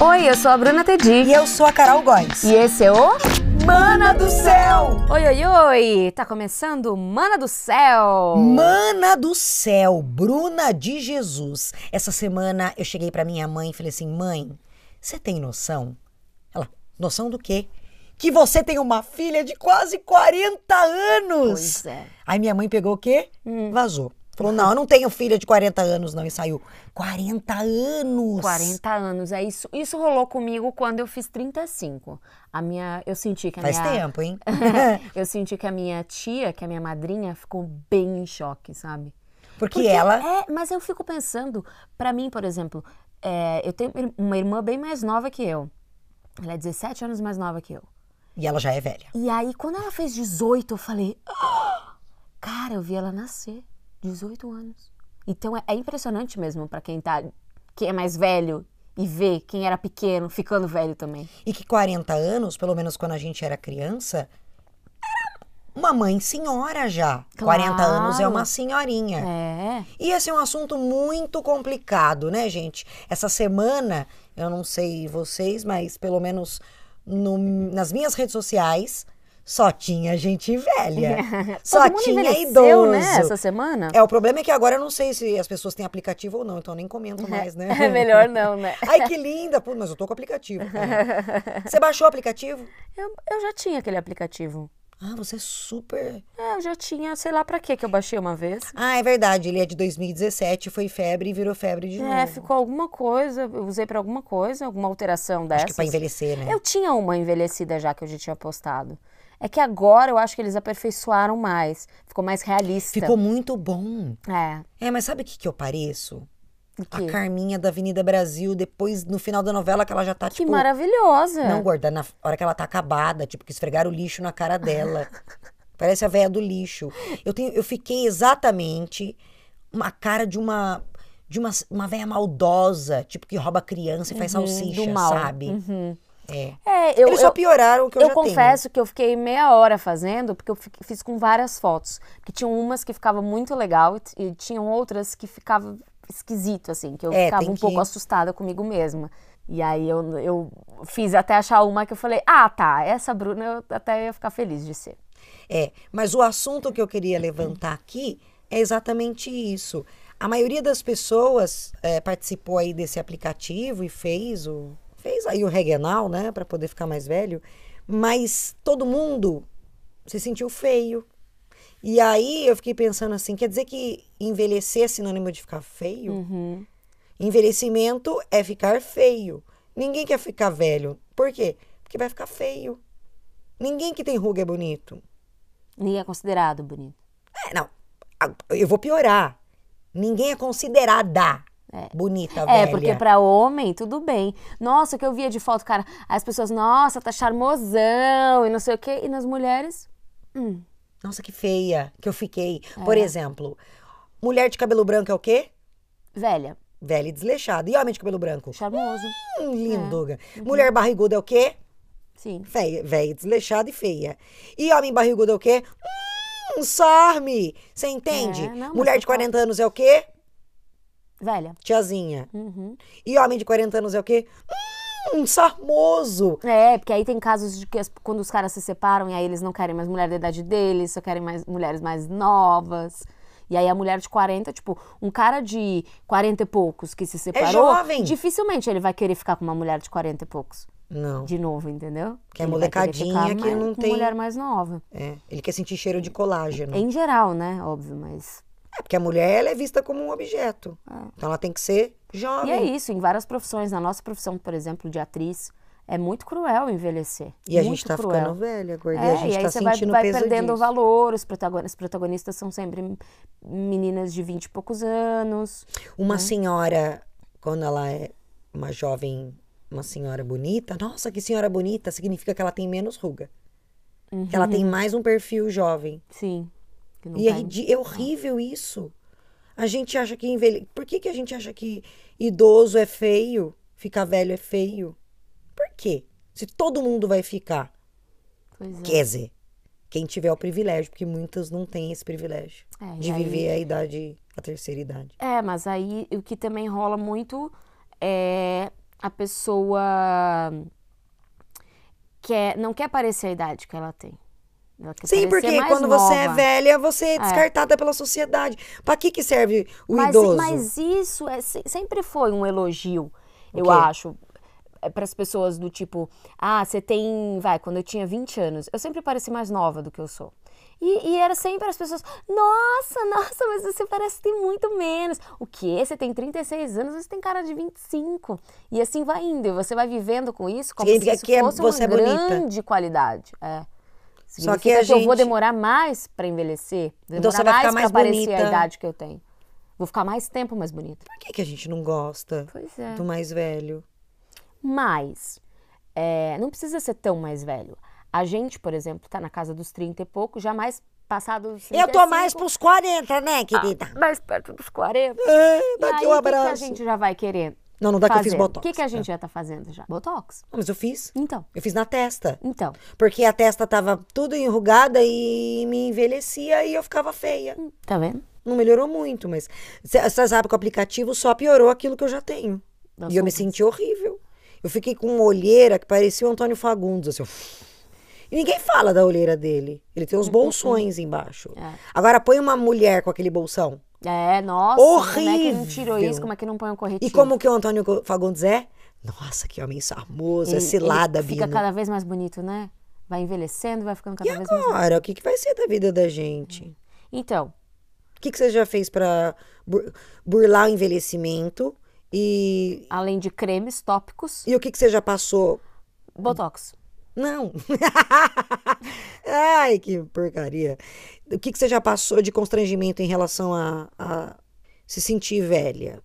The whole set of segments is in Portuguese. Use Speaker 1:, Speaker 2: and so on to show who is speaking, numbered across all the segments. Speaker 1: Oi, eu sou a Bruna Tedi.
Speaker 2: E eu sou a Carol Góes.
Speaker 1: E esse é o
Speaker 2: Mana do Céu!
Speaker 1: Oi, oi, oi! Tá começando o Mana do Céu!
Speaker 2: Mana do Céu, Bruna de Jesus. Essa semana eu cheguei pra minha mãe e falei assim: mãe, você tem noção? Ela, noção do quê? Que você tem uma filha de quase 40 anos!
Speaker 1: Pois é. Hum.
Speaker 2: Aí minha mãe pegou o quê? Vazou. Falou: não, eu não tenho filha de 40 anos, não. E saiu. 40 anos!
Speaker 1: 40 anos, é isso. Isso rolou comigo quando eu fiz 35. A minha, eu senti que a
Speaker 2: Faz
Speaker 1: minha
Speaker 2: tempo, hein?
Speaker 1: eu senti que a minha tia, que é a minha madrinha, ficou bem em choque, sabe?
Speaker 2: Porque ela.
Speaker 1: É, mas eu fico pensando, pra mim, por exemplo, é, eu tenho uma irmã bem mais nova que eu. Ela é 17 anos mais nova que eu.
Speaker 2: E ela já é velha.
Speaker 1: E aí, quando ela fez 18, eu falei. "Ah!" Cara, eu vi ela nascer. 18 anos. Então é, é impressionante mesmo pra quem tá. Quem é mais velho e vê quem era pequeno ficando velho também.
Speaker 2: E que 40 anos, pelo menos quando a gente era criança, era uma mãe senhora já.
Speaker 1: Claro.
Speaker 2: 40 anos é uma senhorinha.
Speaker 1: É.
Speaker 2: E esse é um assunto muito complicado, né, gente? Essa semana, eu não sei vocês, mas pelo menos no- nas minhas redes sociais, só tinha gente velha. só
Speaker 1: Todo mundo
Speaker 2: tinha
Speaker 1: envelheceu,
Speaker 2: idoso.
Speaker 1: né? Essa semana?
Speaker 2: É, o problema é que agora eu não sei se as pessoas têm aplicativo ou não, então eu nem comento mais, né?
Speaker 1: É melhor não, né?
Speaker 2: Ai, que linda! Pô, mas eu tô com o aplicativo. cara. Você baixou o aplicativo?
Speaker 1: Eu, eu já tinha aquele aplicativo.
Speaker 2: Ah, você é super.
Speaker 1: É, eu já tinha, sei lá pra quê que eu baixei uma vez.
Speaker 2: Ah, é verdade. Ele é de 2017, foi febre e virou febre de novo.
Speaker 1: É, ficou alguma coisa, eu usei pra alguma coisa, alguma alteração
Speaker 2: Acho
Speaker 1: dessa.
Speaker 2: que pra envelhecer, né?
Speaker 1: Eu tinha uma envelhecida já que eu já tinha postado. É que agora eu acho que eles aperfeiçoaram mais. Ficou mais realista.
Speaker 2: Ficou muito bom.
Speaker 1: É.
Speaker 2: É, mas sabe o que, que eu pareço?
Speaker 1: O
Speaker 2: A
Speaker 1: quê?
Speaker 2: Carminha da Avenida Brasil, depois, no final da novela, que ela já tá,
Speaker 1: Que
Speaker 2: tipo.
Speaker 1: maravilhosa.
Speaker 2: Não, gorda, na hora que ela tá acabada, tipo, que esfregaram o lixo na cara dela. Parece a véia do lixo. Eu, tenho, eu fiquei exatamente uma cara de uma de uma, uma véia maldosa, tipo, que rouba criança e faz
Speaker 1: Uhum,
Speaker 2: salsicha,
Speaker 1: do mal.
Speaker 2: sabe?
Speaker 1: Uhum.
Speaker 2: É.
Speaker 1: É, eu,
Speaker 2: Eles só
Speaker 1: eu,
Speaker 2: pioraram o que eu,
Speaker 1: eu
Speaker 2: já
Speaker 1: confesso que eu fiquei meia hora fazendo, porque eu fi- fiz com várias fotos. Que tinham umas que ficava muito legal e t- e tinham outras que ficava esquisito, assim, que eu
Speaker 2: É,
Speaker 1: ficava
Speaker 2: tem
Speaker 1: um pouco
Speaker 2: que-
Speaker 1: assustada comigo mesma. E aí eu, eu fiz até achar uma que eu falei, ah, tá, essa Bruna eu até ia ficar feliz de ser.
Speaker 2: tenho. É, mas o assunto que eu queria levantar aqui é exatamente isso. A maioria das pessoas é, participou aí desse aplicativo e fez o fez aí o reguenal, né, Pra poder ficar mais velho, mas todo mundo se sentiu feio. E aí eu fiquei pensando assim, quer dizer que envelhecer é sinônimo de ficar feio?
Speaker 1: Uhum.
Speaker 2: Envelhecimento é ficar feio. Ninguém quer ficar velho. Por quê? Porque vai ficar feio. Ninguém que tem ruga é bonito.
Speaker 1: Nem é considerado bonito.
Speaker 2: É, não. A- Eu vou piorar. Ninguém é considerada bonita, velha.
Speaker 1: É, porque pra homem, tudo bem. Nossa, o que eu via de foto, cara, as pessoas, nossa, tá charmosão e não sei o quê. E nas mulheres, hum,
Speaker 2: Nossa, que feia que eu fiquei.
Speaker 1: É.
Speaker 2: Por exemplo, mulher de cabelo branco é o quê?
Speaker 1: velha,
Speaker 2: Velha e desleixada. E homem de cabelo branco?
Speaker 1: charmoso.
Speaker 2: Hum, linduga.
Speaker 1: Uhum.
Speaker 2: Mulher barriguda é o quê?
Speaker 1: Sim.
Speaker 2: Feia, velha, desleixada e feia. E homem barrigudo é o quê? Hum, sarme! Você entende?
Speaker 1: É, não, mas
Speaker 2: Mulher de 40 anos é o quê?
Speaker 1: Velha.
Speaker 2: Tiazinha.
Speaker 1: Uhum.
Speaker 2: E homem de 40 anos é o quê? Hum, sarmoso!
Speaker 1: É, porque aí tem casos de que as- quando os caras se separam e aí eles não querem mais mulher da idade deles, só querem mais mulheres mais novas. E aí a mulher de 40, tipo, um cara de 40 e poucos que se separou,
Speaker 2: É jovem.
Speaker 1: dificilmente ele vai querer ficar com uma mulher de 40 e poucos.
Speaker 2: Não.
Speaker 1: de novo, entendeu?
Speaker 2: Que é
Speaker 1: Ele vai querer
Speaker 2: molecadinha
Speaker 1: ficar
Speaker 2: que
Speaker 1: mais-
Speaker 2: não
Speaker 1: com
Speaker 2: tem-
Speaker 1: mulher mais nova.
Speaker 2: É, ele quer sentir cheiro de colágeno.
Speaker 1: Em geral, né? Óbvio, mas.
Speaker 2: É, porque a mulher ela é vista como um objeto. Então ela tem que ser
Speaker 1: É. E
Speaker 2: jovem.
Speaker 1: é isso, em várias profissões. Na nossa profissão, por exemplo, de atriz, é muito cruel envelhecer.
Speaker 2: E a
Speaker 1: muito
Speaker 2: gente tá
Speaker 1: cruel.
Speaker 2: ficando velha, gorda. e
Speaker 1: É,
Speaker 2: a gente
Speaker 1: aí
Speaker 2: tá
Speaker 1: você vai,
Speaker 2: sentindo
Speaker 1: vai
Speaker 2: o peso
Speaker 1: perdendo o
Speaker 2: disso.
Speaker 1: valor, os protagonistas, os protagonistas são sempre meninas de 20 e poucos anos.
Speaker 2: Uma senhora, quando ela é uma jovem, uma senhora bonita, nossa, que senhora bonita, significa que ela tem menos ruga. Que ela tem mais um perfil jovem.
Speaker 1: Sim. que Uhum. não tá
Speaker 2: e é,
Speaker 1: tem.
Speaker 2: ridi- é horrível isso. A gente acha que envelhe... Por que, que a gente acha que idoso é feio? Ficar velho é feio? Por quê? Se todo mundo vai ficar.
Speaker 1: Pois é.
Speaker 2: Quer dizer, quem tiver é o privilégio, porque muitas não têm esse privilégio
Speaker 1: É, e
Speaker 2: de
Speaker 1: aí-
Speaker 2: viver a idade, a terceira idade.
Speaker 1: É, mas aí o que também rola muito é a pessoa quer, não quer parecer a idade que ela tem. Ela quer parecer
Speaker 2: Sim, porque
Speaker 1: mais
Speaker 2: quando você é
Speaker 1: nova.
Speaker 2: velha, você é descartada pela sociedade. Pra que que serve o
Speaker 1: mas,
Speaker 2: idoso?
Speaker 1: mas isso é, se- sempre foi um elogio,
Speaker 2: O
Speaker 1: eu
Speaker 2: quê?
Speaker 1: acho. é, Para as pessoas do tipo, ah, você tem. Vai, quando eu tinha 20 anos, eu sempre pareci mais nova do que eu sou. E, e era sempre as pessoas, nossa, nossa, mas você parece que tem muito menos. O quê? Você tem 36 anos, você tem cara de 25. E assim vai indo, e você vai vivendo com isso como
Speaker 2: Significa
Speaker 1: se
Speaker 2: que é-
Speaker 1: isso fosse
Speaker 2: você é
Speaker 1: uma
Speaker 2: bonita.
Speaker 1: grande qualidade. É.
Speaker 2: Só
Speaker 1: Significa
Speaker 2: que a
Speaker 1: eu vou
Speaker 2: gente-
Speaker 1: demorar mais para envelhecer, demorar
Speaker 2: Então você vai ficar mais
Speaker 1: para aparecer a
Speaker 2: bonita.
Speaker 1: idade que eu tenho. Vou ficar mais tempo mais bonita.
Speaker 2: Por que que a gente não gosta
Speaker 1: Pois é.
Speaker 2: do mais velho?
Speaker 1: Mas, é, não precisa ser tão mais velho. A gente, por exemplo, tá na casa dos 30 e pouco, já mais passado dos 35.
Speaker 2: Eu tô mais pros 40, né, querida?
Speaker 1: mais perto dos 40.
Speaker 2: É,
Speaker 1: Ah. e
Speaker 2: dá
Speaker 1: aí,
Speaker 2: aqui
Speaker 1: o
Speaker 2: um
Speaker 1: que que, a
Speaker 2: abraço.
Speaker 1: gente já vai querer
Speaker 2: Não, não dá que eu
Speaker 1: fazer?
Speaker 2: fiz botox.
Speaker 1: O que, que a gente já tá fazendo já? Botox.
Speaker 2: Não, mas eu fiz.
Speaker 1: Então,
Speaker 2: Eu fiz na testa.
Speaker 1: então,
Speaker 2: Porque a testa tava tudo enrugada e me envelhecia e eu ficava feia.
Speaker 1: tá vendo?
Speaker 2: Não melhorou muito, mas você sabe que o aplicativo só piorou aquilo que eu já tenho.
Speaker 1: Nós
Speaker 2: e eu me
Speaker 1: somos-
Speaker 2: senti horrível. Eu fiquei com uma olheira que parecia o Antônio Fagundes, assim. ó. E ninguém fala da olheira dele. Ele tem uns bolsões embaixo.
Speaker 1: Uhum. É.
Speaker 2: Agora põe uma mulher com aquele bolsão.
Speaker 1: É, nossa, como é que não tirou
Speaker 2: Horrível.
Speaker 1: isso? Como é que não põe um corretivo?
Speaker 2: E como que o Antônio Fagundes é? Nossa, que homem charmoso, é
Speaker 1: Hum, Ele-
Speaker 2: cilada,
Speaker 1: ele Fica
Speaker 2: Bino.
Speaker 1: cada vez mais bonito, né? Vai envelhecendo, vai ficando
Speaker 2: E
Speaker 1: cada vez mais bonito.
Speaker 2: agora, o que, que vai ser da vida da gente?
Speaker 1: Então,
Speaker 2: O que, que você já fez pra bur- burlar o envelhecimento? E,
Speaker 1: além de cremes tópicos,
Speaker 2: e o que, que você já passou?
Speaker 1: botox.
Speaker 2: Não. Ai, que porcaria. O que, que você já passou de constrangimento em relação a, a se sentir velha?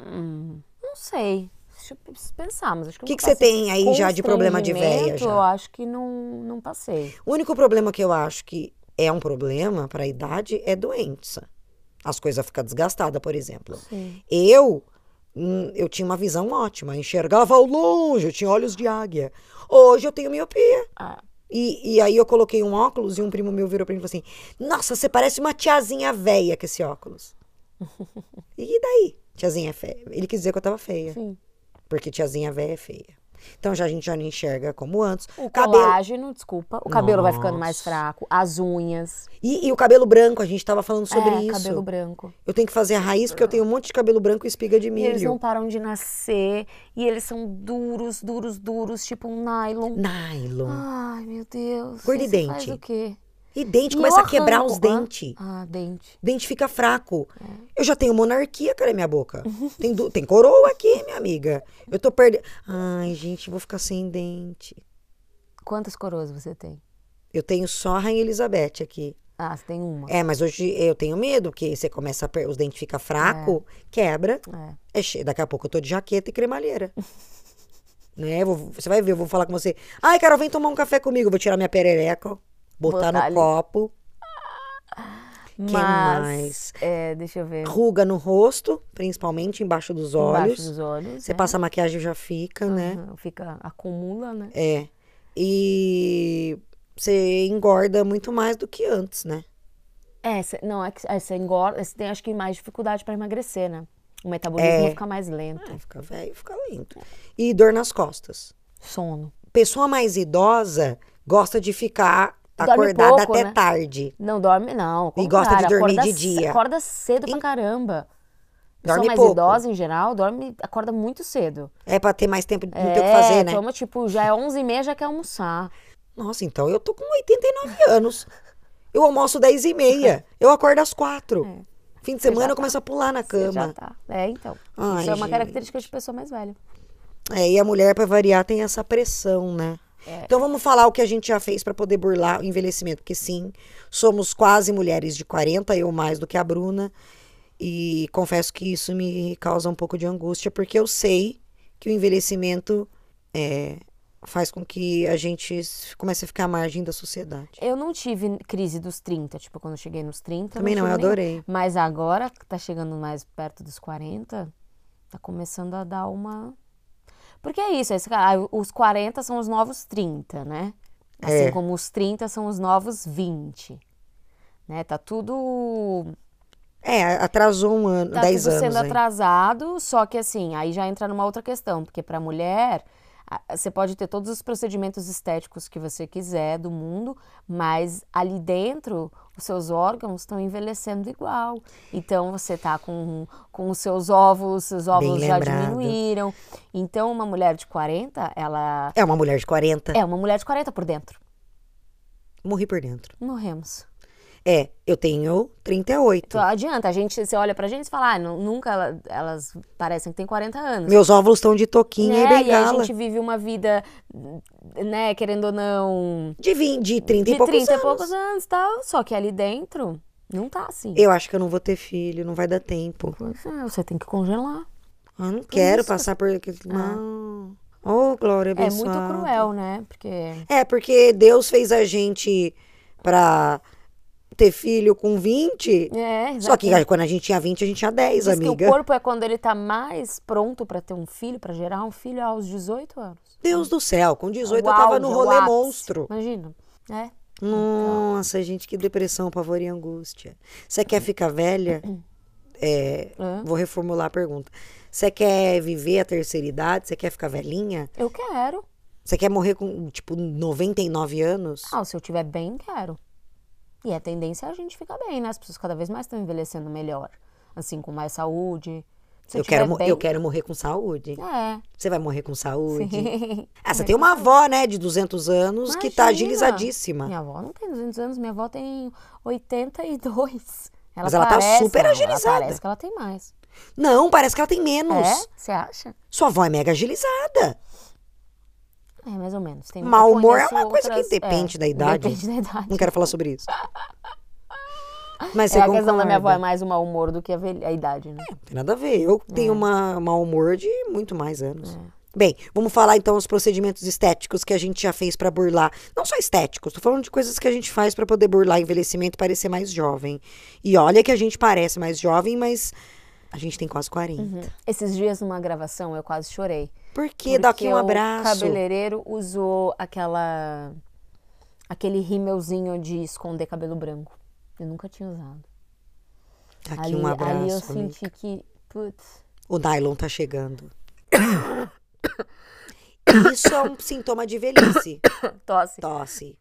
Speaker 1: Hum, não sei. Deixa eu preciso pensar, mas acho que
Speaker 2: O
Speaker 1: eu
Speaker 2: que,
Speaker 1: não
Speaker 2: que você
Speaker 1: passei.
Speaker 2: tem aí já de problema de velha?
Speaker 1: Constrangimento, Eu
Speaker 2: Já?
Speaker 1: acho que não, não passei.
Speaker 2: O único problema que eu acho que é um problema para a idade é doença. As coisas ficam desgastadas, por exemplo.
Speaker 1: Sim.
Speaker 2: Eu, hum, eu tinha uma visão ótima, enxergava ao longe, eu tinha olhos de águia. Hoje eu tenho miopia.
Speaker 1: Ah.
Speaker 2: E, e aí eu coloquei um óculos e um primo meu virou pra mim e falou assim: Nossa, você parece uma tiazinha velha com esse óculos. e daí? Tiazinha é feia. Ele quis dizer que eu tava feia,
Speaker 1: Sim.
Speaker 2: porque tiazinha velha é feia. Então já a gente já não enxerga como antes.
Speaker 1: O
Speaker 2: cabelo
Speaker 1: colágeno, desculpa. O cabelo vai ficando mais
Speaker 2: Nossa.
Speaker 1: fraco, as unhas.
Speaker 2: e, e o cabelo branco, a gente tava falando sobre
Speaker 1: é,
Speaker 2: isso.
Speaker 1: cabelo branco.
Speaker 2: Eu tenho que fazer a raiz porque eu tenho um monte de cabelo branco e espiga de
Speaker 1: E eles não
Speaker 2: milho.
Speaker 1: param de nascer. E eles são duros, duros, duros, tipo um nylon.
Speaker 2: Nylon.
Speaker 1: Ai, meu Deus.
Speaker 2: Cor de
Speaker 1: Aí você faz
Speaker 2: dente.
Speaker 1: o quê?
Speaker 2: E dente
Speaker 1: E
Speaker 2: começa
Speaker 1: eu
Speaker 2: a quebrar
Speaker 1: arranco,
Speaker 2: os
Speaker 1: hã?
Speaker 2: dentes.
Speaker 1: Ah, dente.
Speaker 2: Dente fica fraco.
Speaker 1: É.
Speaker 2: Eu já tenho monarquia, cara, minha boca. Tem, du- tem coroa aqui, minha amiga. Eu tô perdendo. Ai, gente, vou ficar sem dente.
Speaker 1: Quantas coroas você tem?
Speaker 2: Eu tenho só a Rainha Elizabeth aqui.
Speaker 1: Ah, você tem uma.
Speaker 2: É, mas hoje eu tenho medo, porque você começa a. Per... Os dentes ficam fracos, quebra.
Speaker 1: É.
Speaker 2: É che- Daqui a pouco eu tô de jaqueta e cremalheira. né? Vou- Você vai ver, eu vou falar com você. Ai, Carol, vem tomar um café comigo. Eu Vou tirar minha perereca,
Speaker 1: Botar
Speaker 2: botar, no
Speaker 1: ali.
Speaker 2: copo.
Speaker 1: Mas,
Speaker 2: Que mais?
Speaker 1: é, deixa eu ver.
Speaker 2: Ruga no rosto, principalmente embaixo dos olhos.
Speaker 1: Embaixo dos olhos.
Speaker 2: Você
Speaker 1: né?
Speaker 2: passa a maquiagem já fica, né?
Speaker 1: Aham, Fica, acumula, né?
Speaker 2: É. E você engorda muito mais do que antes, né?
Speaker 1: É, cê- não, é que é, você engorda, você tem acho que mais dificuldade pra emagrecer, né? O metabolismo
Speaker 2: É.
Speaker 1: fica mais lento.
Speaker 2: Ah, fica velho, fica lento. E dor nas costas.
Speaker 1: Sono.
Speaker 2: Pessoa mais idosa gosta de ficar
Speaker 1: Dorme
Speaker 2: acordada
Speaker 1: pouco,
Speaker 2: até
Speaker 1: né?
Speaker 2: tarde.
Speaker 1: Não dorme, não.
Speaker 2: E gosta de
Speaker 1: contrário,
Speaker 2: dormir
Speaker 1: acorda
Speaker 2: de dia.
Speaker 1: Acorda cedo pra caramba. Pessoa
Speaker 2: Dorme
Speaker 1: mais
Speaker 2: pouco.
Speaker 1: idosa, em geral, dorme, acorda muito cedo.
Speaker 2: É pra ter mais tempo de não
Speaker 1: é,
Speaker 2: ter o que fazer, né?
Speaker 1: toma, tipo, já é 11h30, já quer almoçar.
Speaker 2: Nossa, então eu tô com 89 anos. Eu almoço 10 e meia. Eu acordo às 4. Fim de
Speaker 1: Você já
Speaker 2: semana eu
Speaker 1: tá-
Speaker 2: começo a pular na
Speaker 1: Você já
Speaker 2: cama.
Speaker 1: tá. É, então.
Speaker 2: Ai,
Speaker 1: Isso é uma
Speaker 2: gente.
Speaker 1: característica de pessoa mais velha.
Speaker 2: É, e a mulher, pra variar, tem essa pressão, né?
Speaker 1: É.
Speaker 2: Então vamos falar o que a gente já fez pra poder burlar o envelhecimento, porque sim, somos quase mulheres de 40, eu mais do que a Bruna, e confesso que isso me causa um pouco de angústia, porque eu sei que o envelhecimento é, faz com que a gente s- comece a ficar à margem da sociedade.
Speaker 1: Eu não tive crise dos 30, tipo, quando eu cheguei nos 30. eu
Speaker 2: Também não, eu
Speaker 1: tive nenhum.
Speaker 2: adorei.
Speaker 1: Mas agora, que tá chegando mais perto dos 40, tá começando a dar uma. Porque é isso, é esse- ah, os 40 são os novos 30, né? Assim
Speaker 2: É.
Speaker 1: como os 30 são os novos 20. Né? Tá tudo
Speaker 2: É, atrasou um ano,
Speaker 1: Tá
Speaker 2: 10
Speaker 1: tudo
Speaker 2: anos.
Speaker 1: sendo
Speaker 2: hein?
Speaker 1: atrasado, só que assim, aí já entra numa outra questão, porque pra mulher, a- você pode ter todos os procedimentos estéticos que você quiser do mundo, mas ali dentro, os seus órgãos estão envelhecendo igual. Então você tá com, com os seus ovos, seus ovos já
Speaker 2: lembrado.
Speaker 1: diminuíram. Então uma mulher de 40, ela
Speaker 2: É uma mulher de 40.
Speaker 1: é uma mulher de 40 por dentro.
Speaker 2: Morri por dentro.
Speaker 1: Morremos.
Speaker 2: É, eu tenho 38.
Speaker 1: Então, adianta, a gente, você olha pra gente e fala, ah, nu- nunca ela- elas parecem que têm 40 anos.
Speaker 2: Meus óvulos estão de toquinha
Speaker 1: né?
Speaker 2: e
Speaker 1: E aí a
Speaker 2: bengala.
Speaker 1: gente vive uma vida, né, querendo ou não,
Speaker 2: De, 20, de 30
Speaker 1: de
Speaker 2: e poucos
Speaker 1: 30 e
Speaker 2: anos.
Speaker 1: poucos anos e tal. Só que ali dentro não tá assim.
Speaker 2: Eu acho que eu não vou ter filho, não vai dar tempo.
Speaker 1: Pois é, Você tem que congelar.
Speaker 2: Eu não quero
Speaker 1: isso. Ah.
Speaker 2: passar por... Não. Oh, glória
Speaker 1: É
Speaker 2: abençoada.
Speaker 1: muito cruel, né? Porque.
Speaker 2: É, porque Deus fez a gente pra ter filho com 20.
Speaker 1: É, exato.
Speaker 2: Só que quando a gente tinha 20, a gente tinha 10,
Speaker 1: Diz que
Speaker 2: amiga.
Speaker 1: o corpo é quando ele tá mais pronto pra ter um filho, pra gerar um filho aos 18 anos.
Speaker 2: Deus do céu, com 18 eu
Speaker 1: O
Speaker 2: tava
Speaker 1: auge,
Speaker 2: no
Speaker 1: o
Speaker 2: rolê
Speaker 1: ápice.
Speaker 2: monstro.
Speaker 1: Imagina. É.
Speaker 2: Nossa, gente, que depressão, pavor e angústia. Você quer ficar velha? É,
Speaker 1: Hã?
Speaker 2: vou reformular a pergunta. Você quer viver a terceira idade? Você quer ficar velhinha?
Speaker 1: Eu quero.
Speaker 2: Você quer morrer com, tipo, 99 anos?
Speaker 1: Ah, se eu tiver bem, quero. E a tendência é a gente ficar bem, né? As pessoas cada vez mais estão envelhecendo melhor. Assim, com mais saúde. Se
Speaker 2: eu, quero,
Speaker 1: tiver
Speaker 2: mo-
Speaker 1: bem,
Speaker 2: eu quero morrer com saúde.
Speaker 1: É.
Speaker 2: Você vai morrer com saúde?
Speaker 1: Sim.
Speaker 2: Ah, você tem uma avó, né, de 200 anos que tá
Speaker 1: Imagina.
Speaker 2: agilizadíssima.
Speaker 1: Minha avó não tem 200 anos, minha avó tem 82. Ela
Speaker 2: Mas ela tá
Speaker 1: parece,
Speaker 2: super
Speaker 1: não,
Speaker 2: agilizada.
Speaker 1: Ela parece que ela tem mais.
Speaker 2: Não, parece que ela tem menos.
Speaker 1: É? Você acha?
Speaker 2: Sua avó é mega agilizada.
Speaker 1: É, mais ou menos. Tem,
Speaker 2: Mau
Speaker 1: eu
Speaker 2: humor é
Speaker 1: conheço
Speaker 2: uma coisa que
Speaker 1: outras-
Speaker 2: depende
Speaker 1: é,
Speaker 2: da idade.
Speaker 1: Depende da idade.
Speaker 2: Não quero falar sobre isso. Mas você
Speaker 1: é, a questão da minha avó
Speaker 2: concorda? É.
Speaker 1: é mais o mau humor do que a, velha, a idade, né?
Speaker 2: Tem nada a ver. Eu
Speaker 1: É.
Speaker 2: tenho uma, uma humor de muito mais anos. Bem, vamos falar então os procedimentos estéticos que a gente já fez pra burlar. Não só estéticos, tô falando de coisas que a gente faz pra poder burlar envelhecimento e parecer mais jovem. E olha que a gente parece mais jovem, mas a gente tem quase 40.
Speaker 1: Uhum. Esses dias, numa gravação, eu quase chorei.
Speaker 2: Por que dá aqui um
Speaker 1: o é
Speaker 2: abraço?
Speaker 1: cabeleireiro usou aquela aquele rímelzinho de esconder cabelo branco. Eu nunca tinha usado.
Speaker 2: Dá aqui
Speaker 1: ali,
Speaker 2: um abraço.
Speaker 1: ali eu
Speaker 2: amiga.
Speaker 1: senti que, putz,
Speaker 2: O nylon tá chegando. Isso é um sintoma de velhice.
Speaker 1: tosse.
Speaker 2: Tosse.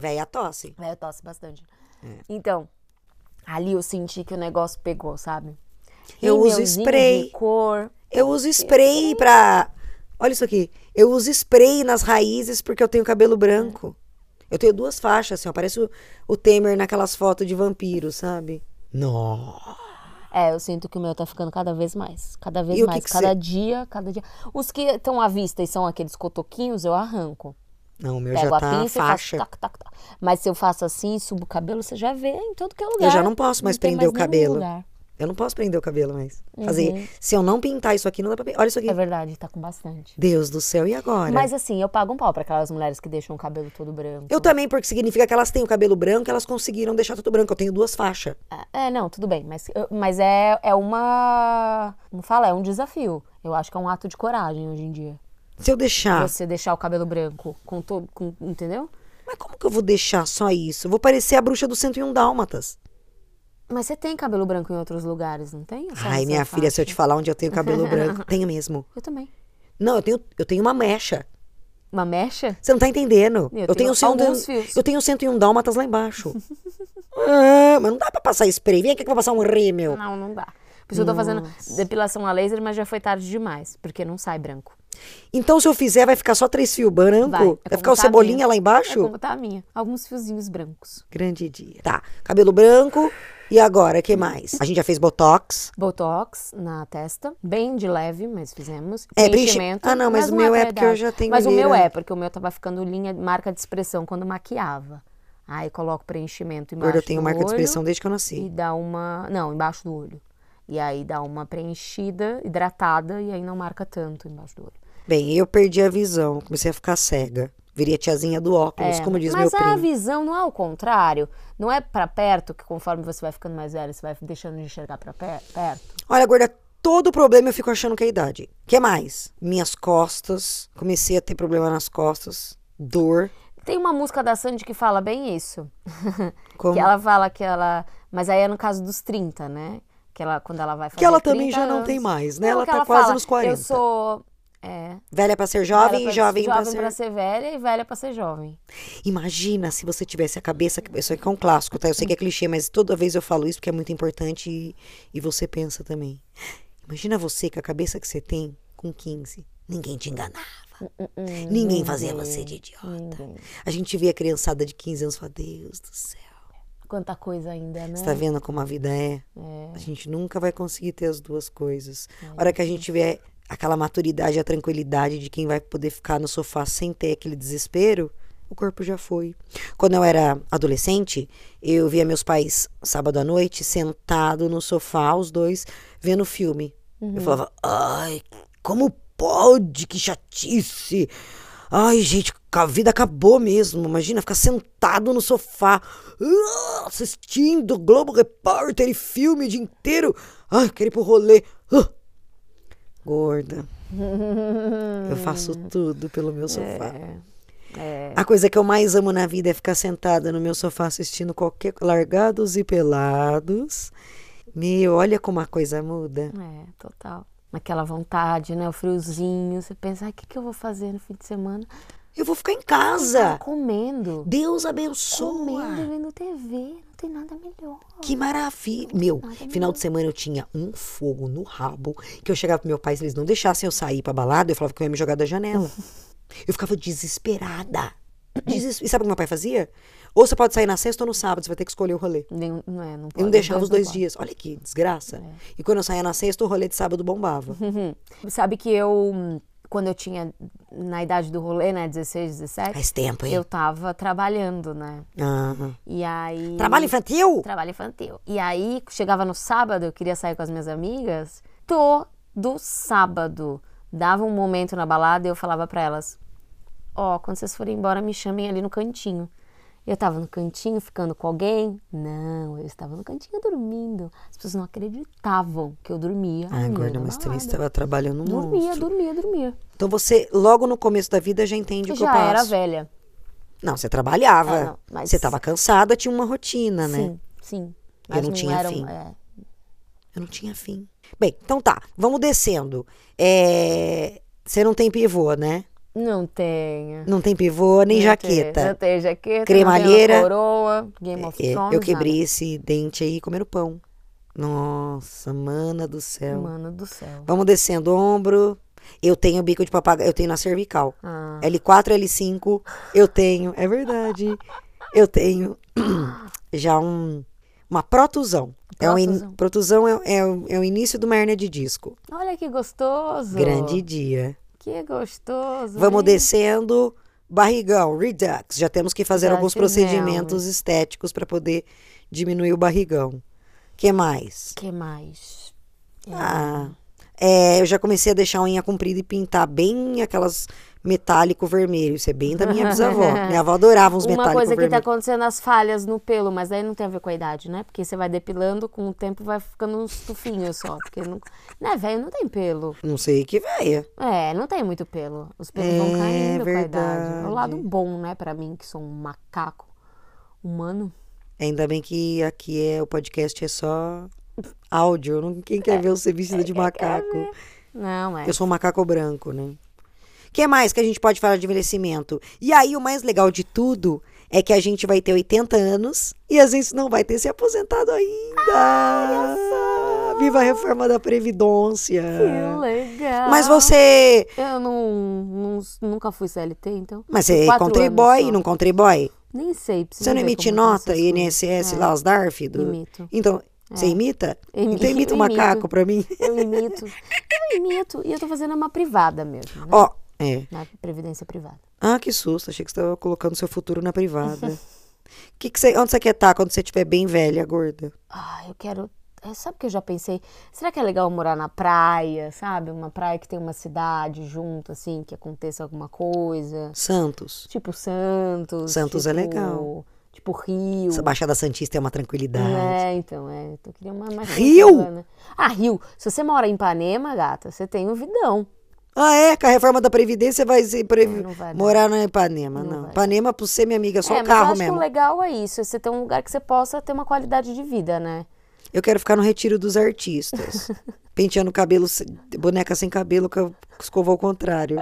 Speaker 2: Véia tosse.
Speaker 1: É, eu tosse bastante.
Speaker 2: É.
Speaker 1: Então, ali eu senti que o negócio pegou, sabe?
Speaker 2: Eu uso
Speaker 1: Rímelzinho
Speaker 2: spray.
Speaker 1: de cor.
Speaker 2: Eu uso spray pra. Olha isso aqui. Eu uso spray nas raízes porque eu tenho cabelo branco. Eu tenho duas faixas, assim, ó. Parece o, o Temer naquelas fotos de vampiro, sabe? Não.
Speaker 1: É, eu sinto que o meu tá ficando cada vez mais. Cada vez
Speaker 2: E o que
Speaker 1: mais.
Speaker 2: que
Speaker 1: cada
Speaker 2: cê-
Speaker 1: dia, cada dia. Os que estão à vista e são aqueles cotoquinhos, eu arranco.
Speaker 2: Não, o meu
Speaker 1: Pego
Speaker 2: já
Speaker 1: a
Speaker 2: tá
Speaker 1: pinça
Speaker 2: faixa.
Speaker 1: e faço tac, tac, tac. Mas se eu faço assim, subo o cabelo, você já vê em todo que é lugar.
Speaker 2: Eu já não posso mais
Speaker 1: tem
Speaker 2: prender o
Speaker 1: nenhum
Speaker 2: cabelo.
Speaker 1: lugar.
Speaker 2: Eu não posso prender o cabelo mais. Fazer. Se eu não pintar isso aqui, não dá pra. pe- Olha isso aqui.
Speaker 1: Uhum. É verdade, tá com bastante.
Speaker 2: Deus do céu, e agora?
Speaker 1: Mas assim, eu pago um pau pra aquelas mulheres que deixam o cabelo todo branco.
Speaker 2: Eu também, porque significa que elas têm o cabelo branco, elas conseguiram deixar tudo branco. Eu tenho duas faixas.
Speaker 1: É, não, tudo bem, mas, eu- mas é, é uma. Como fala? É um desafio. Eu acho que é um ato de coragem hoje em dia.
Speaker 2: Se eu deixar.
Speaker 1: Você deixar o cabelo branco com todo. com- entendeu?
Speaker 2: Mas como que eu vou deixar só isso? Eu vou parecer a bruxa do 101 Dálmatas.
Speaker 1: Mas você tem cabelo branco em outros lugares, não tem? Ou só
Speaker 2: Ai,
Speaker 1: nessa
Speaker 2: minha filha, se
Speaker 1: faixa?
Speaker 2: eu te falar onde eu tenho cabelo branco. Tenho mesmo.
Speaker 1: Eu também.
Speaker 2: Não, eu tenho, eu tenho uma mecha.
Speaker 1: Uma mecha?
Speaker 2: Você não tá entendendo.
Speaker 1: Eu tenho alguns fios.
Speaker 2: um, eu tenho 101 dálmatas lá embaixo. ah, mas não dá pra passar spray. Vem aqui que eu vou passar um rímel.
Speaker 1: Não, não dá. Por isso eu tô fazendo depilação a laser, mas já foi tarde demais, porque não sai branco.
Speaker 2: Então, se eu fizer, vai ficar só três fios branco?
Speaker 1: Vai, é
Speaker 2: Vai,
Speaker 1: como
Speaker 2: ficar o
Speaker 1: tá a
Speaker 2: cebolinha
Speaker 1: minha.
Speaker 2: lá embaixo?
Speaker 1: É como tá a minha. Alguns fiozinhos brancos.
Speaker 2: Grande dia. Tá, cabelo branco. E agora, que mais? A gente já fez botox.
Speaker 1: Botox na testa, bem de leve, mas fizemos.
Speaker 2: É, preenchi-
Speaker 1: Preenchimento.
Speaker 2: Ah, não, mas o meu
Speaker 1: pra
Speaker 2: é
Speaker 1: idade.
Speaker 2: porque eu já tenho né?
Speaker 1: Mas o
Speaker 2: olheira.
Speaker 1: meu é, porque o meu tava ficando linha, marca de expressão quando maquiava. Aí coloco preenchimento embaixo
Speaker 2: Agora eu tenho
Speaker 1: do
Speaker 2: marca de
Speaker 1: olho
Speaker 2: expressão desde que eu nasci.
Speaker 1: E dá uma... Não, embaixo do olho. E aí dá uma preenchida, hidratada, e aí não marca tanto embaixo do olho.
Speaker 2: Bem, eu perdi a visão. Comecei a ficar cega. Virei a tiazinha do óculos, como diz meu
Speaker 1: É, Mas a
Speaker 2: primo.
Speaker 1: visão não é ao contrário. Não é pra perto que conforme você vai ficando mais velho, você vai deixando de enxergar pra per- perto.
Speaker 2: Olha, gorda, todo problema eu fico achando que é a idade. que mais? Minhas costas. Comecei a ter problema nas costas. Dor.
Speaker 1: Tem uma música da Sandy que fala bem isso.
Speaker 2: Como?
Speaker 1: Que ela fala que ela Mas aí é no caso dos 30, né? Que ela, quando ela vai fazer
Speaker 2: Que ela também
Speaker 1: 30
Speaker 2: já não
Speaker 1: anos-
Speaker 2: tem mais, né?
Speaker 1: Não,
Speaker 2: ela
Speaker 1: que
Speaker 2: tá quase
Speaker 1: fala,
Speaker 2: nos 40.
Speaker 1: Eu sou. É,
Speaker 2: Velha pra ser jovem
Speaker 1: velha
Speaker 2: e jovem,
Speaker 1: pra,
Speaker 2: pra
Speaker 1: jovem
Speaker 2: ser...
Speaker 1: pra ser velha e velha pra ser jovem.
Speaker 2: Imagina se você tivesse a cabeça... que- Isso aqui é um clássico, tá? Eu sei que é clichê, mas toda vez eu falo isso porque é muito importante e, e você pensa também. Imagina você com a cabeça que você tem com 15. Ninguém te enganava. Ninguém fazia você de idiota.
Speaker 1: Ninguém.
Speaker 2: A gente vê a criançada de 15 anos e fala, Deus do céu.
Speaker 1: Quanta coisa ainda, né?
Speaker 2: Você tá vendo como a vida é? A gente nunca vai conseguir ter as duas coisas. A hora que a gente tiver aquela maturidade, a tranquilidade de quem vai poder ficar no sofá sem ter aquele desespero, o corpo já foi. Quando eu era adolescente, eu via meus pais sábado à noite sentado no sofá, os dois, vendo filme. Eu falava, ai, como pode? Que chatice! Ai, gente, a vida acabou mesmo. Imagina ficar sentado no sofá, ah, assistindo Globo Repórter e filme o dia inteiro. Ai, queria ir pro rolê. Ah. Gorda, eu faço tudo pelo meu sofá.
Speaker 1: É,
Speaker 2: A coisa que eu mais amo na vida é ficar sentada no meu sofá assistindo qualquer Largados e Pelados. Meu, olha como a coisa muda.
Speaker 1: é, total. Naquela vontade, né? O friozinho. Você pensa, ai, o que, que eu vou fazer no fim de semana?
Speaker 2: Eu vou ficar em
Speaker 1: Tá
Speaker 2: casa.
Speaker 1: comendo.
Speaker 2: Deus abençoa.
Speaker 1: Comendo, vendo TV. Não tem nada melhor.
Speaker 2: Que maravilha! Meu, final de semana eu tinha um fogo no rabo que eu chegava pro meu pai, se eles não deixassem eu sair pra balada, eu falava que eu ia me jogar da janela. Eu ficava desesperada. Deses- E sabe o que meu pai fazia? Ou você pode sair na sexta ou no sábado, você vai ter que escolher o rolê.
Speaker 1: Nem- não é, não pode.
Speaker 2: Eu não deixava os
Speaker 1: não
Speaker 2: dois
Speaker 1: pode.
Speaker 2: dias. Olha que desgraça.
Speaker 1: É.
Speaker 2: E quando eu saía na sexta, o rolê de sábado bombava.
Speaker 1: Uhum. Sabe que eu, hum, quando eu tinha, na idade do rolê, né? 16, 17,
Speaker 2: Faz tempo, hein?
Speaker 1: eu tava trabalhando, né?
Speaker 2: Aham.
Speaker 1: E aí.
Speaker 2: Trabalho infantil?
Speaker 1: Trabalho infantil. E aí, chegava no sábado, eu queria sair com as minhas amigas. Todo sábado. Dava um momento na balada e eu falava pra elas: Ó, quando vocês forem embora, me chamem ali no cantinho. Eu tava no cantinho ficando com alguém? Não, eu estava no cantinho dormindo. As pessoas não acreditavam que eu dormia.
Speaker 2: Ai,
Speaker 1: no meio
Speaker 2: gorda,
Speaker 1: da
Speaker 2: mas também
Speaker 1: balada.
Speaker 2: você estava trabalhando no
Speaker 1: Dormia, dormia, dormia.
Speaker 2: Então você, logo no começo da vida, já entende o que eu
Speaker 1: já
Speaker 2: passo.
Speaker 1: era velha.
Speaker 2: Não, você trabalhava.
Speaker 1: É, não, mas-
Speaker 2: Você estava cansada, tinha uma rotina, né?
Speaker 1: Sim, sim. Mas
Speaker 2: não tinha
Speaker 1: era um-
Speaker 2: fim.
Speaker 1: é.
Speaker 2: Eu não tinha fim. Bem, então tá, vamos descendo. É, Você não tem pivô, né?
Speaker 1: Não tenha.
Speaker 2: Não tem pivô nem
Speaker 1: Não tem, né? Não
Speaker 2: jaqueta.
Speaker 1: tem jaqueta.
Speaker 2: Cremalheira.
Speaker 1: Não tem coroa. Game of
Speaker 2: É,
Speaker 1: Thrones.
Speaker 2: eu quebrei esse dente aí comendo pão. Nossa, mana do
Speaker 1: nada.
Speaker 2: céu.
Speaker 1: Mano do céu.
Speaker 2: Vamos descendo ombro. Eu tenho bico de papagaio, eu tenho na cervical.
Speaker 1: Ah.
Speaker 2: L4, L5, eu tenho, é verdade. Eu tenho já um, uma protusão. É um in,
Speaker 1: Protusão.
Speaker 2: protusão é, é, o- é o início de uma hernia de disco.
Speaker 1: Olha que gostoso.
Speaker 2: Grande dia.
Speaker 1: Que gostoso.
Speaker 2: Vamos
Speaker 1: hein?
Speaker 2: descendo, barrigão, redux. Já temos que fazer
Speaker 1: Já
Speaker 2: alguns
Speaker 1: fizemos.
Speaker 2: procedimentos estéticos para poder diminuir o barrigão. que mais?
Speaker 1: que mais?
Speaker 2: Ah, é, eu já comecei a deixar a unha comprida e pintar bem aquelas metálico vermelho. Isso é bem da minha bisavó. minha avó adorava uns
Speaker 1: Uma
Speaker 2: metálicos
Speaker 1: coisa que
Speaker 2: vermelhos.
Speaker 1: tá acontecendo as falhas no pelo, mas daí não tem a ver com a idade, né? Porque você vai depilando, com o tempo vai ficando uns tufinhos só. Porque não. Né, velho, não tem pelo.
Speaker 2: Não sei que véia.
Speaker 1: É, não tem muito pelo. Os pelos
Speaker 2: É,
Speaker 1: vão caindo com a idade. É
Speaker 2: verdade.
Speaker 1: o lado bom, né, pra mim, que sou um macaco humano.
Speaker 2: Ainda bem que aqui é o podcast é só áudio. Não, quem quer ver você vestida de macaco?
Speaker 1: Não, é.
Speaker 2: Eu sou um macaco branco, né? O que mais que a gente pode falar de envelhecimento? E aí, o mais legal de tudo é que a gente vai ter 80 anos e a gente não vai ter se aposentado ainda. Viva a reforma da Previdência.
Speaker 1: Que legal.
Speaker 2: Mas você.
Speaker 1: Eu não, não- nunca fui CLT, então.
Speaker 2: Mas você é
Speaker 1: Quatro
Speaker 2: contribui,
Speaker 1: anos só.
Speaker 2: não contribui?
Speaker 1: Nem sei. preciso
Speaker 2: Você não
Speaker 1: ver
Speaker 2: emite
Speaker 1: como que
Speaker 2: nota,
Speaker 1: essas coisas. É.
Speaker 2: INSS, lá, os DARF? Do...
Speaker 1: Imito.
Speaker 2: Então, você imita?
Speaker 1: Imi-
Speaker 2: Então imita o
Speaker 1: É. imito.
Speaker 2: macaco pra mim.
Speaker 1: Eu imito. Eu imito. E eu tô fazendo uma privada mesmo, né?
Speaker 2: Ó, é.
Speaker 1: Na previdência privada.
Speaker 2: Ah, que susto, achei que você estava colocando seu futuro na privada. que que você, onde você quer estar quando você estiver bem velha, gorda?
Speaker 1: Ah, eu quero. é, Sabe o que eu já pensei? Será que é legal morar na praia, sabe? Uma praia que tem uma cidade junto, assim, que aconteça alguma coisa.
Speaker 2: Santos.
Speaker 1: Tipo Santos.
Speaker 2: Santos é
Speaker 1: tipo-
Speaker 2: legal.
Speaker 1: Tipo Rio.
Speaker 2: Essa Baixada Santista é uma tranquilidade.
Speaker 1: É, então, é. Eu queria uma mais
Speaker 2: Rio?
Speaker 1: tranquila, né? Ah, Rio. Se você mora em Ipanema, gata, você tem um vidão.
Speaker 2: Ah, é? Com a reforma da Previdência vai, se previ-
Speaker 1: não vai dar.
Speaker 2: morar na Ipanema.
Speaker 1: Não
Speaker 2: Não.
Speaker 1: vai.
Speaker 2: Ipanema, por ser minha amiga, é só
Speaker 1: é,
Speaker 2: o
Speaker 1: mas eu
Speaker 2: carro
Speaker 1: acho que o
Speaker 2: mesmo.
Speaker 1: legal é isso. é Você ter um lugar que você possa ter uma qualidade de vida, né?
Speaker 2: Eu quero ficar no retiro dos artistas. penteando cabelo, se- boneca sem cabelo, com a escova ao contrário.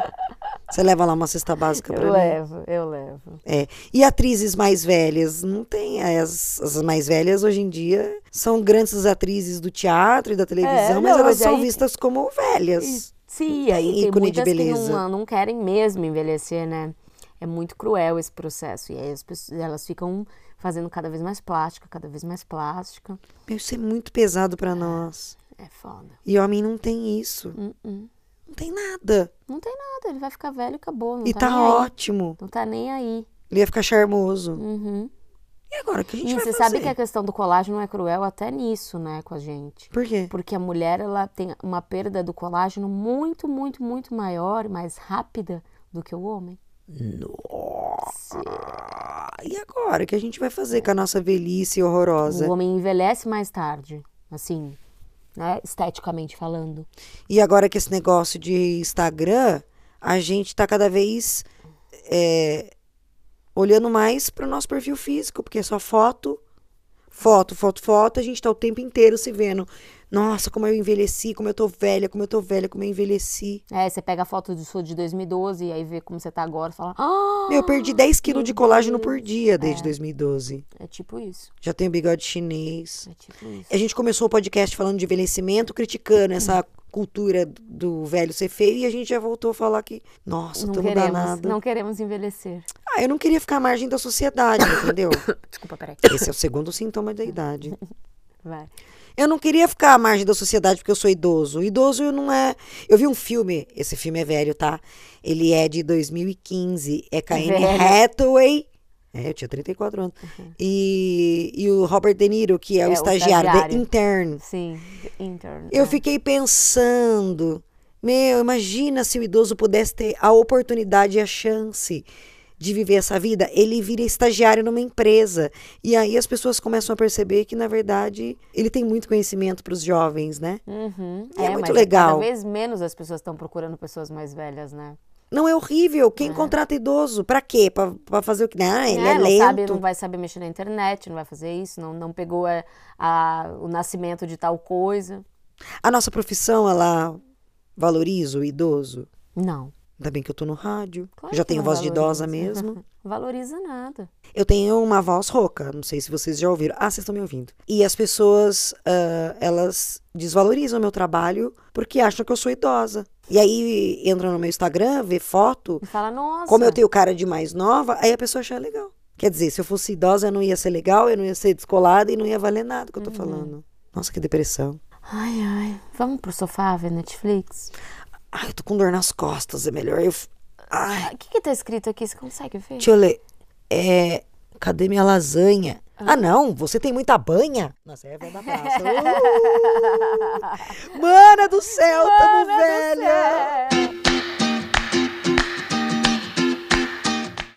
Speaker 2: Você leva lá uma cesta básica pra
Speaker 1: Eu
Speaker 2: mim?
Speaker 1: levo, eu levo.
Speaker 2: É. E atrizes mais velhas? Não tem. As, as mais velhas hoje em dia são grandes atrizes do teatro e da televisão, É, mas
Speaker 1: não,
Speaker 2: elas
Speaker 1: mas
Speaker 2: são
Speaker 1: aí-
Speaker 2: vistas como velhas.
Speaker 1: Sim,
Speaker 2: tem
Speaker 1: aí tem
Speaker 2: ícone de
Speaker 1: muitas que
Speaker 2: beleza.
Speaker 1: não, não querem mesmo envelhecer, né? É muito cruel esse processo. E aí as pessoas, elas ficam fazendo cada vez mais plástica, cada vez mais plástica.
Speaker 2: Meu, isso é muito pesado pra nós.
Speaker 1: É foda.
Speaker 2: E homem não tem isso.
Speaker 1: Hum, hum.
Speaker 2: Não tem nada.
Speaker 1: Não tem nada, ele vai ficar velho e acabou. Não
Speaker 2: e tá,
Speaker 1: tá, nem aí.
Speaker 2: ótimo.
Speaker 1: Não tá nem aí.
Speaker 2: Ele ia ficar charmoso.
Speaker 1: Uhum.
Speaker 2: E agora, o que a gente
Speaker 1: E
Speaker 2: vai
Speaker 1: você
Speaker 2: fazer?
Speaker 1: sabe que a questão do colágeno é cruel até nisso, né, com a gente.
Speaker 2: Por quê?
Speaker 1: Porque a mulher, ela tem uma perda do colágeno muito, muito, muito maior, mais rápida do que o homem.
Speaker 2: Nossa. Ah, E agora, o que a gente vai fazer com a nossa velhice horrorosa?
Speaker 1: O homem envelhece mais tarde, assim, né, esteticamente falando.
Speaker 2: E agora que esse negócio de Instagram, a gente tá cada vez é, olhando mais pro nosso perfil físico, porque é só foto, foto, foto, foto, a gente tá o tempo inteiro se vendo. Nossa, como eu envelheci, como eu tô velha, como eu tô velha, como eu envelheci.
Speaker 1: É, você pega a foto do sua de 2012 e aí vê como você tá agora e fala, ah,
Speaker 2: Meu, eu perdi 10 quilos de colágeno por dia desde
Speaker 1: É.
Speaker 2: 2012.
Speaker 1: é tipo isso,
Speaker 2: Já tenho bigode chinês.
Speaker 1: é tipo isso.
Speaker 2: A gente começou o podcast falando de envelhecimento, criticando essa cultura do velho ser feio, e a gente já voltou a falar que, nossa,
Speaker 1: não
Speaker 2: tamo
Speaker 1: queremos,
Speaker 2: danado.
Speaker 1: não queremos envelhecer.
Speaker 2: Ah, eu não queria ficar à margem da sociedade, entendeu?
Speaker 1: Desculpa, peraí.
Speaker 2: Esse é o segundo sintoma da idade.
Speaker 1: Vai.
Speaker 2: Eu não queria ficar à margem da sociedade porque eu sou idoso. Idoso não é. Eu vi um filme, esse filme é velho, tá? Ele é de 2015. É com a Anne
Speaker 1: Velho. Uhum.
Speaker 2: Hathaway. É, eu tinha 34 anos. E, e o Robert De Niro, que é,
Speaker 1: É,
Speaker 2: o
Speaker 1: o
Speaker 2: estagiário,
Speaker 1: estagiário.
Speaker 2: The Intern.
Speaker 1: Sim, the intern.
Speaker 2: Eu
Speaker 1: é.
Speaker 2: fiquei pensando, meu, imagina se o idoso pudesse ter a oportunidade e a chance de viver essa vida. Ele vira estagiário numa empresa. E aí as pessoas começam a perceber que, na verdade, ele tem muito conhecimento para os jovens, né?
Speaker 1: Uhum.
Speaker 2: E é muito
Speaker 1: mas
Speaker 2: legal.
Speaker 1: Cada vez menos as pessoas estão procurando pessoas mais velhas, né?
Speaker 2: Não é horrível. Quem contrata idoso? Para quê? Para fazer o quê? Não, ele é,
Speaker 1: não
Speaker 2: lento.
Speaker 1: sabe, não vai saber mexer na internet, não vai fazer isso, não, não pegou é, a- o nascimento de tal coisa.
Speaker 2: A nossa profissão, ela valoriza o idoso.
Speaker 1: Não.
Speaker 2: Ainda bem que eu tô no rádio.
Speaker 1: Claro
Speaker 2: Já
Speaker 1: que
Speaker 2: tenho
Speaker 1: não
Speaker 2: voz de idosa
Speaker 1: valoriza.
Speaker 2: mesmo.
Speaker 1: Valoriza nada.
Speaker 2: Eu tenho uma voz rouca, não sei se vocês já ouviram. Ah, vocês estão me ouvindo. E as pessoas, ah, elas desvalorizam o meu trabalho porque acham que eu sou idosa. E aí entra no meu Instagram, vê foto,
Speaker 1: E fala, nossa.
Speaker 2: como eu tenho cara de mais nova, aí a pessoa acha legal. Quer dizer, se eu fosse idosa, eu não ia ser legal, eu não ia ser descolada e não ia valer nada que eu tô falando. Nossa, que depressão.
Speaker 1: Ai, ai. Vamos pro sofá ver Netflix?
Speaker 2: Ai, eu tô com dor nas costas, é melhor eu. f- Ai,
Speaker 1: Ah, O que que tá escrito aqui? Você consegue ver?
Speaker 2: deixa eu ler. É. Cadê minha lasanha? Ah, não, você tem muita banha. Nossa, é a da praça. Uh! Mana do céu, tamo velho.